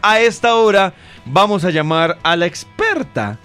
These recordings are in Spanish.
a esta hora vamos a llamar a la experta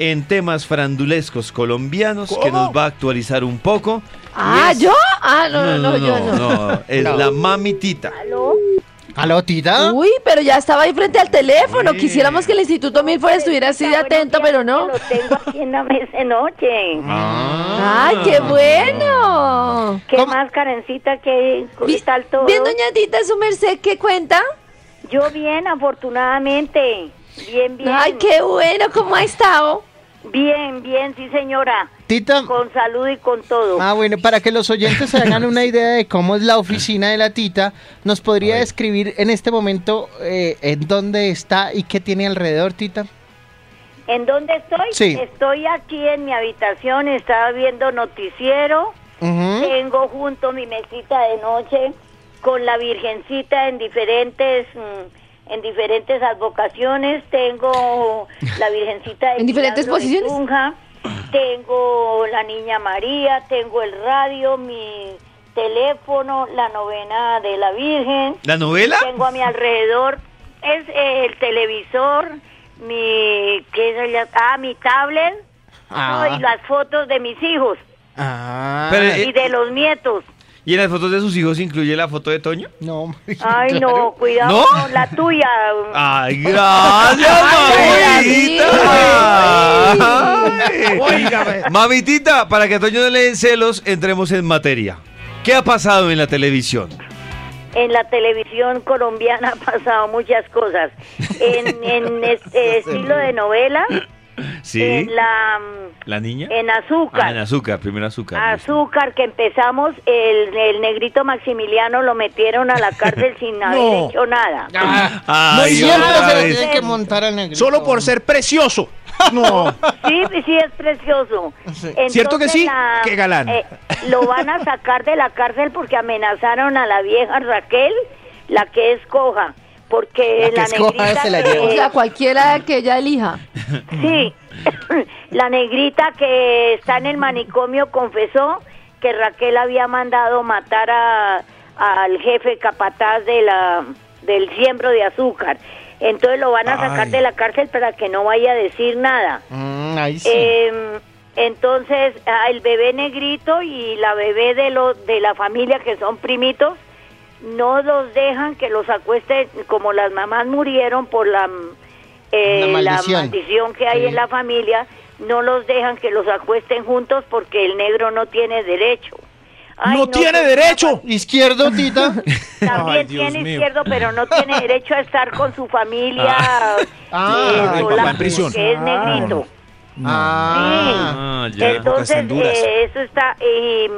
en temas frandulescos colombianos que ¿Cómo? nos va a actualizar un poco. Y Ah, es- ¿yo? Ah, no, no, no, yo no. no, es la mamitita. ¿Aló, tita? Uy, pero ya estaba ahí frente al teléfono. Sí. Quisiéramos que el Instituto Milford estuviera así de Buenos atento, días, pero no. Lo tengo aquí en la mesa en noche. Ah. ¡Ay, qué bueno! ¿Qué ¿Cómo? más, Karencita? ¿Qué Vi- qué tal todo? Bien, doña Tita, su merced, ¿qué cuenta? Yo bien, afortunadamente. Bien, bien. Ay, qué bueno, ¿cómo ha estado? Bien, bien, sí, señora. Tita. Con salud y con todo. Ah, bueno, para que los oyentes se hagan una idea de cómo es la oficina de la tita, ¿nos podría describir en este momento eh, en dónde está y qué tiene alrededor, tita? ¿En dónde estoy? Sí. Estoy aquí en mi habitación, estaba viendo noticiero. Ujú. Tengo junto mi mesita de noche con la Virgencita en diferentes mm, en diferentes advocaciones. Tengo la Virgencita de ¿En diferentes Milagro de posiciones? Tunja, tengo la Niña María, tengo el radio, mi teléfono, la novena de la Virgen. ¿La novela? Tengo a mi alrededor es eh, el televisor, mi qué es ella? ah, mi tablet Ah. ¿no? y las fotos de mis hijos Ah. Pero, eh, y de los nietos. ¿Y en las fotos de sus hijos incluye la foto de Toño? No, Ay, no, claro. cuidado, ¿No? Ah. no, la tuya. ¡Ay, gracias, Ay, mamita! Ay. Mamitita, para que a Toño no le den celos, entremos en materia. ¿Qué ha pasado en la televisión? En la televisión colombiana ha pasado muchas cosas. En, en este estilo de novela, ¿Sí? en la mm, ¿La niña? en Ah, azúcar. en azúcar, primero azúcar. listo. Azúcar que empezamos, el, el negrito Maximiliano lo metieron a la cárcel sin haber No. hecho nada. ah, Ay, Muy siempre otra se le vez. tiene que montar al negrito. Solo por ser precioso. No. Sí, sí, es precioso. Entonces, ¿Cierto que sí? la- eh, Qué galán. lo van a sacar de la cárcel porque amenazaron a la vieja Raquel, la que escoja. La Porque que la, escoja negrita. se la que- lleva. O sea, cualquiera que ella elija. sí, la negrita que está en el manicomio confesó que Raquel había mandado matar a, al jefe capataz de la, del siembro de azúcar. Entonces lo van a sacar Ay. de la cárcel para que no vaya a decir nada. Mm, ahí sí. Eh, entonces, ah, el bebé negrito y la bebé de, lo, de la familia, que son primitos, no los dejan que los acuesten, como las mamás murieron por la, mm, eh, La la maldición. maldición. que hay Sí. en la familia, no los dejan que los acuesten juntos porque el negro no tiene derecho. Ay, no tiene sé, derecho. Izquierdo, tita. También Ay, Dios tiene mío. izquierdo, pero no tiene derecho a estar con su familia Ah, eh, ay, sola, papá en prisión. que es negrito. Ah. Ah, ya. épocas Entonces, tan duras. eh, eso está. eh,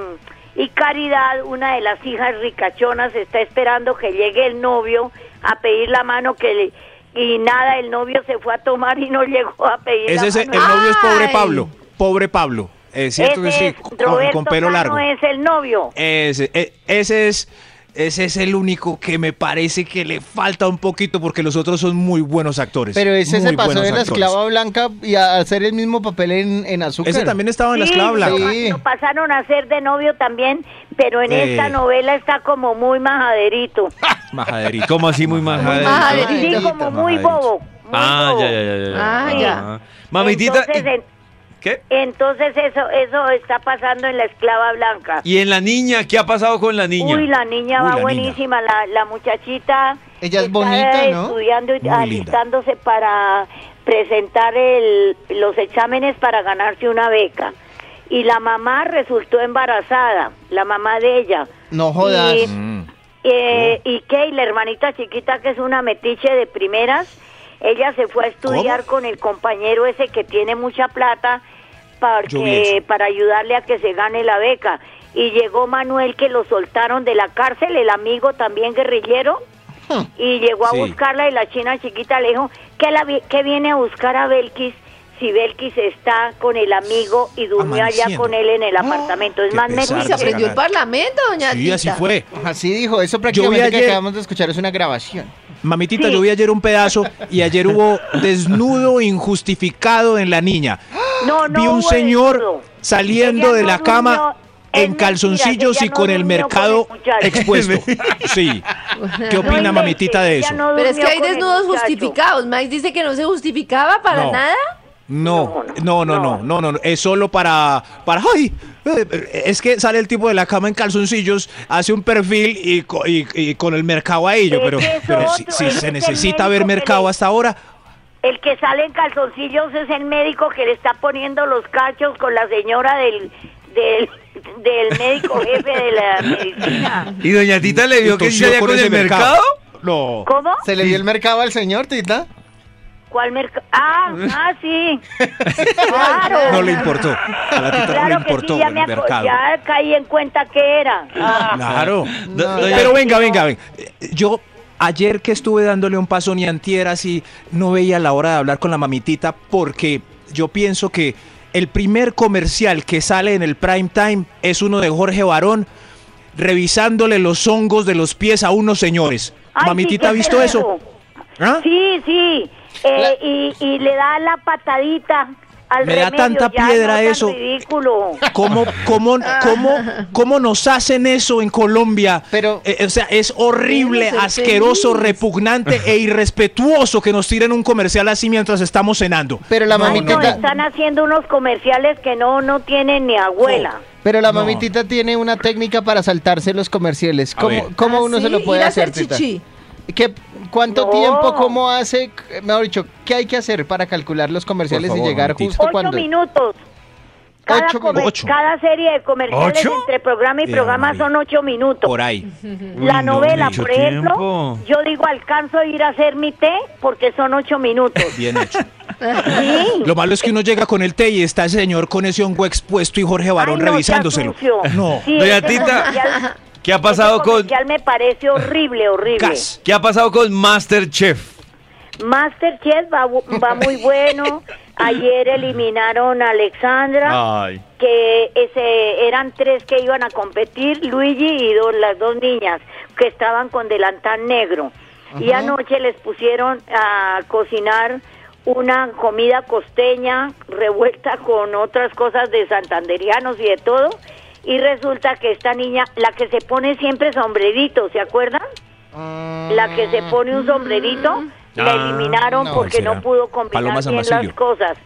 y Caridad, una de las hijas ricachonas, está esperando que llegue el novio a pedir la mano que le- Y nada, el novio se fue a tomar y no llegó a pedir Ese la es el, el mano. Ah, novio es pobre Ay. Pablo. Pobre Pablo. Es cierto que Ese sí, es con, Roberto con pelo Cano largo. es el novio. Ese, e- ese es. Ese es el único que me parece que le falta un poquito porque los otros son muy buenos actores. Pero ese muy se pasó buenos de la actores. esclava blanca y a hacer el mismo papel en, en azúcar. Ese también estaba en la Sí, esclava lo- blanca. Sí. Lo, pasaron a ser de novio también, pero en Eh. esta novela está como muy majaderito. Majaderito. ¿Cómo así muy majaderito? majaderito. Sí, como muy Majaderito. bobo. muy Ah, bobo. ya, ya, ya. ya. Ah, ya. Mamitita, Entonces, ¿y- en- ¿qué? Entonces eso eso está pasando en la esclava blanca. ¿Y en la niña? ¿Qué ha pasado con la niña? Uy, la niña Uy, va la buenísima, La, la muchachita. Ella es está bonita, ¿no? Estudiando y Muy alistándose para presentar el- los exámenes para ganarse una beca. Y la mamá resultó embarazada, la mamá de ella. No jodas. Y, Mm. eh, ¿Y qué? Y la hermanita chiquita, que es una metiche de primeras, ella se fue a estudiar con el compañero ese que tiene mucha plata Yo vi porque, eso. para ayudarle a que se gane la beca. Y llegó Manuel, que lo soltaron de la cárcel, el amigo también guerrillero, y llegó a Sí. buscarla y la china chiquita le dijo, que la vi- que viene a buscar a Belkis? Si Belkis está con el amigo y durmió allá Amaneciendo. con él en el apartamento. Es qué más, pesar, Uy, me se aprendió el Claro. parlamento, doña Sí, Tita. así fue. Así dijo, eso Yo vi prácticamente que ayer- acabamos de escuchar es una grabación. Mamitita, Sí. yo vi ayer un pedazo y ayer hubo desnudo injustificado en la niña. No, no vi un hubo señor desnudo. saliendo Ella de no la durmió- cama en mentira, calzoncillos ella y no con el durmió mercado con el muchacho. expuesto. Sí. ¿Qué No opina inventes, mamitita de ella eso? no Pero es que durmió hay con el desnudos muchacho. justificados. Max dice que no se justificaba para No. nada. No, No, no, no, no, no, no. no, no, no, es solo para, para, ay, eh, es que sale el tipo de la cama en calzoncillos, hace un perfil y, co- y- y con el mercado ahí, yo, Es pero, que eso pero si, otro, si ese es se el necesita ver médico que mercado le- hasta ahora, El que sale en calzoncillos es el médico que le está poniendo los cachos con la señora del, del, del médico jefe de la medicina. ¿Y doña Tita le vio que entonces se yo había con ese el mercado? No, ¿Cómo? ¿Se le dio el mercado al señor, Tita? ¿Cuál mercado? Ah, ah, sí. Claro. no le importó, a la tita no le Claro que importó sí, ya, el me aco- mercado. ya caí en cuenta que era. Ah, Claro. Do- No. doña- Pero venga, venga, venga. Eh, Yo ayer que estuve dándole un paso ni antier así, no veía la hora de hablar con la mamitita porque yo pienso que el primer comercial que sale en el prime time es uno de Jorge Barón revisándole los hongos de los pies a unos señores. ay, sí, mamitita ha qué visto eso. perro. ¿Ah? Sí, sí. Eh, y, y le da la patadita al Me da remedio, tanta ya piedra no tan eso. ridículo. ¿Cómo, cómo, cómo, cómo nos hacen eso en Colombia? Pero- Eh, o sea, es horrible, Deben ser asqueroso, felices. repugnante e irrespetuoso que nos tiren un comercial así mientras estamos cenando. Pero la No, No, mamitita, están haciendo unos comerciales que no no tienen ni abuela. pero la No. mamitita tiene una técnica para saltarse los comerciales. A ¿Cómo, ver. cómo Ah, uno se sí, lo puede ir a hacer, Tita? chichi. ¿Qué, ¿Cuánto No. tiempo, cómo hace, eh, mejor dicho, qué hay que hacer para calcular los comerciales Por y favor, llegar Juanita. justo Ocho cuando? minutos. Cada, Ocho comer- minutos. Ocho. cada serie de comerciales ¿Ocho? entre programa y Eh, programa María. son ocho minutos. Por ahí. Uy, La no, novela, mucho por ejemplo, tiempo. yo digo, alcanzo a ir a hacer mi té porque son ocho minutos. Bien hecho. Sí. Lo malo es que uno llega con el té y está ese señor con ese hongo expuesto y Jorge Barón Ay, no, ya revisándoselo. sucio. No. Sí, Doña ese Tita, comercial- ¿Qué ha pasado ese con, comercial me parece horrible, horrible. Cas. ¿qué ha pasado con Masterchef? Masterchef va, bu- va muy bueno. Ayer eliminaron a Alexandra, Ay. que ese, eran tres que iban a competir, Luigi y dos, las dos niñas, que estaban con delantal negro. Y anoche les pusieron a cocinar una comida costeña revuelta con otras cosas de santanderianos y de todo. Y resulta que esta niña, la que se pone siempre sombrerito, ¿se acuerdan? la que se pone un sombrerito, la Ah, eliminaron no, porque será. no pudo combinar Palomas bien Amasillo. las cosas.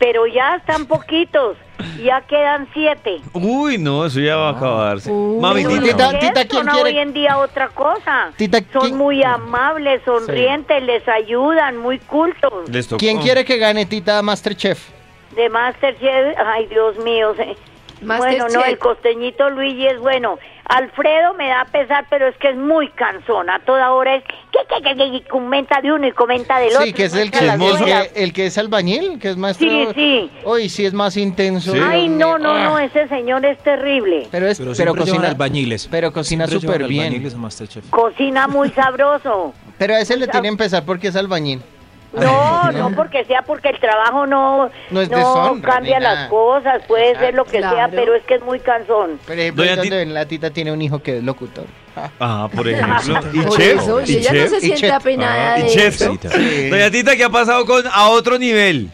Pero ya están poquitos, ya quedan siete. Uy, no, eso ya va a acabarse. Uy, Mami, Pero Tita, los Tita, chefs Tita, ¿quién son quiere? hoy en día otra cosa. Tita, ¿quién- Son muy amables, sonrientes, les ayudan, muy cultos. les tocó. ¿Quién quiere que gane Tita Masterchef? De Masterchef, ay Dios mío. se- Bueno, Masterchef. no, el costeñito Luigi es bueno. Alfredo me da pesar, pero es que es muy cansón. A toda hora es que, que, que, que, y comenta de uno y comenta del otro. Sí, que es el que, Muestra el las que, muelas. el que es albañil, que es maestro. Sí, sí. Hoy sí es más intenso. Sí. Ay, Dios mío. no, no, no, ese señor es terrible. Pero es, Pero pero, siempre llevan cocina albañiles. Pero cocina Siempre llevan súper bien. albañiles a Masterchef. Cocina muy sabroso. Pero a ese le sea- tiene que empezar porque es albañil. No, no porque sea porque el trabajo no, No es deshonra, cambia ni nada. las cosas, puede ser lo que sea, Claro. pero es que es muy cansón. Por ejemplo, Doña donde Tita- ven la tita tiene un hijo que es locutor. Ah, por ejemplo. ¿Y Por chef? eso, y ¿Y ella no chef? se siente chef. apenada Ah, de ¿Y chef? eso. Sí. Doña Tita, ¿qué ha pasado con a otro nivel?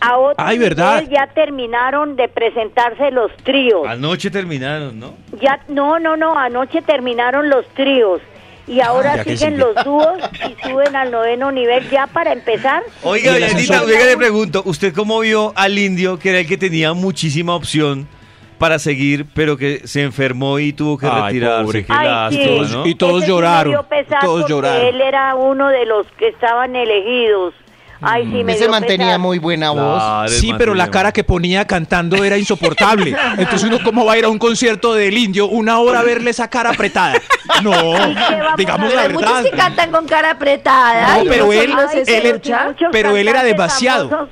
A otro Ay, ¿verdad? nivel ya terminaron de presentarse los tríos. Anoche terminaron, ¿no? Ya, no, no, no, anoche terminaron los tríos. Y Ah, ahora ya que siguen sí. los dúos y suben al noveno nivel ya para empezar. Oiga, Y el doña Tita, asesor. oiga, le pregunto, ¿usted cómo vio al indio, que era el que tenía muchísima opción para seguir, pero que se enfermó y tuvo que Ay, retirarse? pobre. Qué Ay, lástima, sí. ¿no? Pues, Y todos Ese sí me lloraron, dio pesar todos porque lloraron. Él era uno de los que estaban elegidos. Ay, sí, me Mm. Ese dio mantenía pesar. muy buena voz. Claro, Sí, el pero la matrimonio. cara que ponía cantando era insoportable. Entonces uno cómo va a ir a un concierto del indio una hora a verle esa cara apretada. No, vamos digamos a la ver? Hay muchos verdad. que cantan con cara apretada. No, y pero uno él- solo se él- él- escucha. muchos pero él era cantantes demasiado. famosos-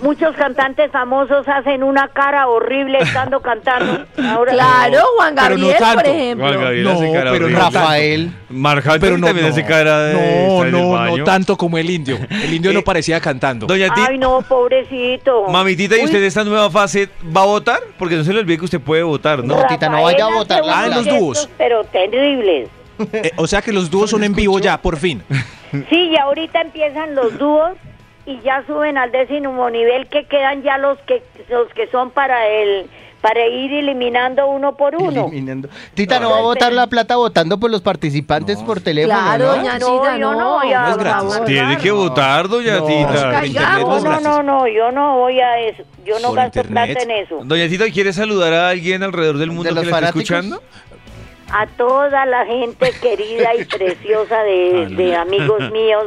muchos cantantes famosos hacen una cara horrible estando cantando. Ahora, Claro, Juan Pero no Gabriel, tanto. por ejemplo. Juan Gabriel No, hace cara pero horrible. Rafael. Marc Anthony Pero no, también no. hace cara de no, estar en el no, baño. no tanto como el indio. El indio Eh, no parecía cantando. Doña Tita, Ay, no, pobrecito. mamitita, ¿y Oh. Uy, usted de esta nueva fase va a votar? Porque no se le olvide que usted puede votar, ¿no? No, Tita, no vaya a Rafael botar hace la unos plata. Ah, los gestos, dúos. Pero terribles. Eh, o sea que los dúos son en vivo ya, por fin. Sí, y ahorita empiezan los dúos y ya suben al décimo nivel que quedan ya los que los que son para el para ir eliminando uno por uno. Eliminando. Tita no va a votar la plata votando por los participantes por teléfono. Claro, ¿no? doña No, Tita, yo no. no, ya, No es gratis. por favor. Tiene que votar, doña No, Tita. por internet No, es no, gratis. no, no, yo no voy a eso. Yo no Por gasto internet. plata en eso. Doña Tita, ¿quiere saludar a alguien alrededor del mundo ¿De que los le esté fanáticos? escuchando? A toda la gente querida y preciosa de, de amigos míos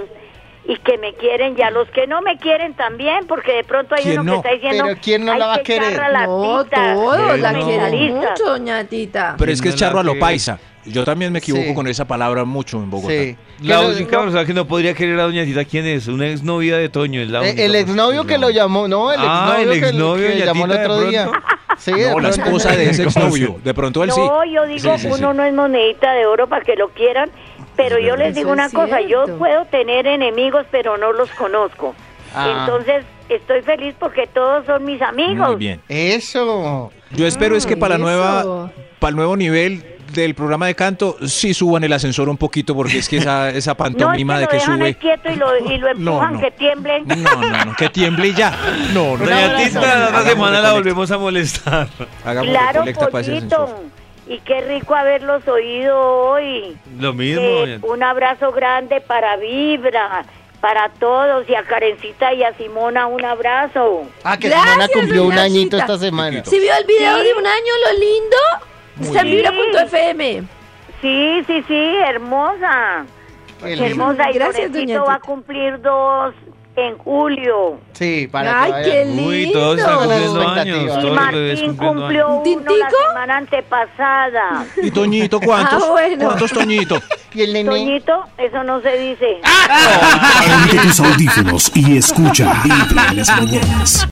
y que me quieren y a los que no me quieren también, porque de pronto hay ¿Quién uno no? que está diciendo... Pero ¿quién no "Ay, la va a qué charra querer?" la No, tita, todos Sí, la no. quieren finalista. mucho, doña Tita. Pero es que es Tiene la charro a lo que- paisa. Yo también me equivoco Sí. con esa palabra mucho en Bogotá. Sí. La Que lo- única persona que no podría querer a doña Tita, ¿quién es? Una exnovia de Toño, es la Eh, única el persona exnovio que lo llamó, no, el Ah, exnovio, el que- exnovio, que, ¿y a le llamó ti te el de otro día. pronto? Sí, de No, la pronto. esposa de ese ¿Cómo así? exnovio. De pronto él sí. No, yo digo, Sí, sí, sí. uno no es monedita de oro para que lo quieran, pero yo les Eso digo es una cosa, cierto. yo puedo tener enemigos, pero no los conozco. Ah. Entonces, estoy feliz porque todos son mis amigos. Muy bien. Eso. Yo espero es que Ah, para la eso. nueva, para el nuevo nivel del programa de canto, sí suban el ascensor un poquito porque es que esa, esa No, es que pantomima lo de que dejan ahí sube. quieto y lo, y lo No, empujan, no. que tiemblen. No, no, no, que tiemble y ya. No, no. Doña Tita, la otra semana Hagamos la recolecta. volvemos a molestar. Hagamos Claro, recolecta para ese pollito. ascensor. Y qué rico haberlos oído hoy. Lo mismo, Eh, doña un abrazo grande para Vibra, para todos, y a Karencita y a Simona un abrazo. Ah, que Gracias, Simona cumplió un doña añito Chita. esta semana. Si vio el video de un año, lo lindo, está en bien. vibra.fm. Sí, sí, sí, hermosa. Qué lindo. Hermosa. Y Gracias, doña Lorencito va a Tita. cumplir dos en julio. Sí, para Ay, que qué vaya. lindo. Uy, todos están Todas las cumpliendo años. expectativas. Todos Y Ah, los bebés Martín cumpliendo cumplió años. uno la ¿Tintico? semana antepasada. ¿Y Toñito cuántos? Ah, bueno. ¿Cuántos Toñito? Y el nene. Toñito, eso no se dice. Ponte tus audífonos y escucha Vibra en las mañanas.